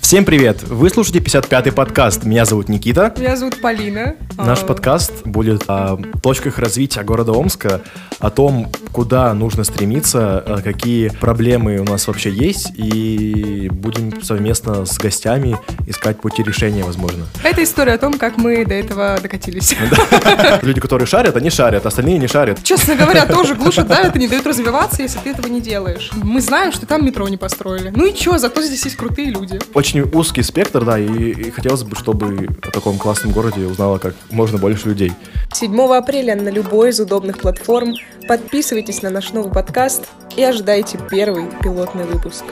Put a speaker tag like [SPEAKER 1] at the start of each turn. [SPEAKER 1] Всем привет! Вы слушаете 55-й подкаст. Меня зовут Никита.
[SPEAKER 2] Меня зовут Полина.
[SPEAKER 1] Наш
[SPEAKER 2] А,
[SPEAKER 1] подкаст будет о точках развития города Омска, о том, куда нужно стремиться, э, какие проблемы у нас вообще есть, и будем совместно с гостями искать пути решения, возможно.
[SPEAKER 2] Это история о том, как мы до этого докатились.
[SPEAKER 1] Люди, которые шарят, они шарят, остальные не шарят.
[SPEAKER 2] Честно говоря, тоже глушат давят и не дают развиваться, если ты этого не делаешь. Мы знаем, что там метро не построили. Ну и чё, зато здесь есть крутые люди.
[SPEAKER 1] Очень узкий спектр, да, и, и хотелось бы, чтобы о таком классном городе узнало как можно больше людей.
[SPEAKER 3] 7 апреля на любой из удобных платформ подписывайтесь на наш новый подкаст и ожидайте первый пилотный выпуск.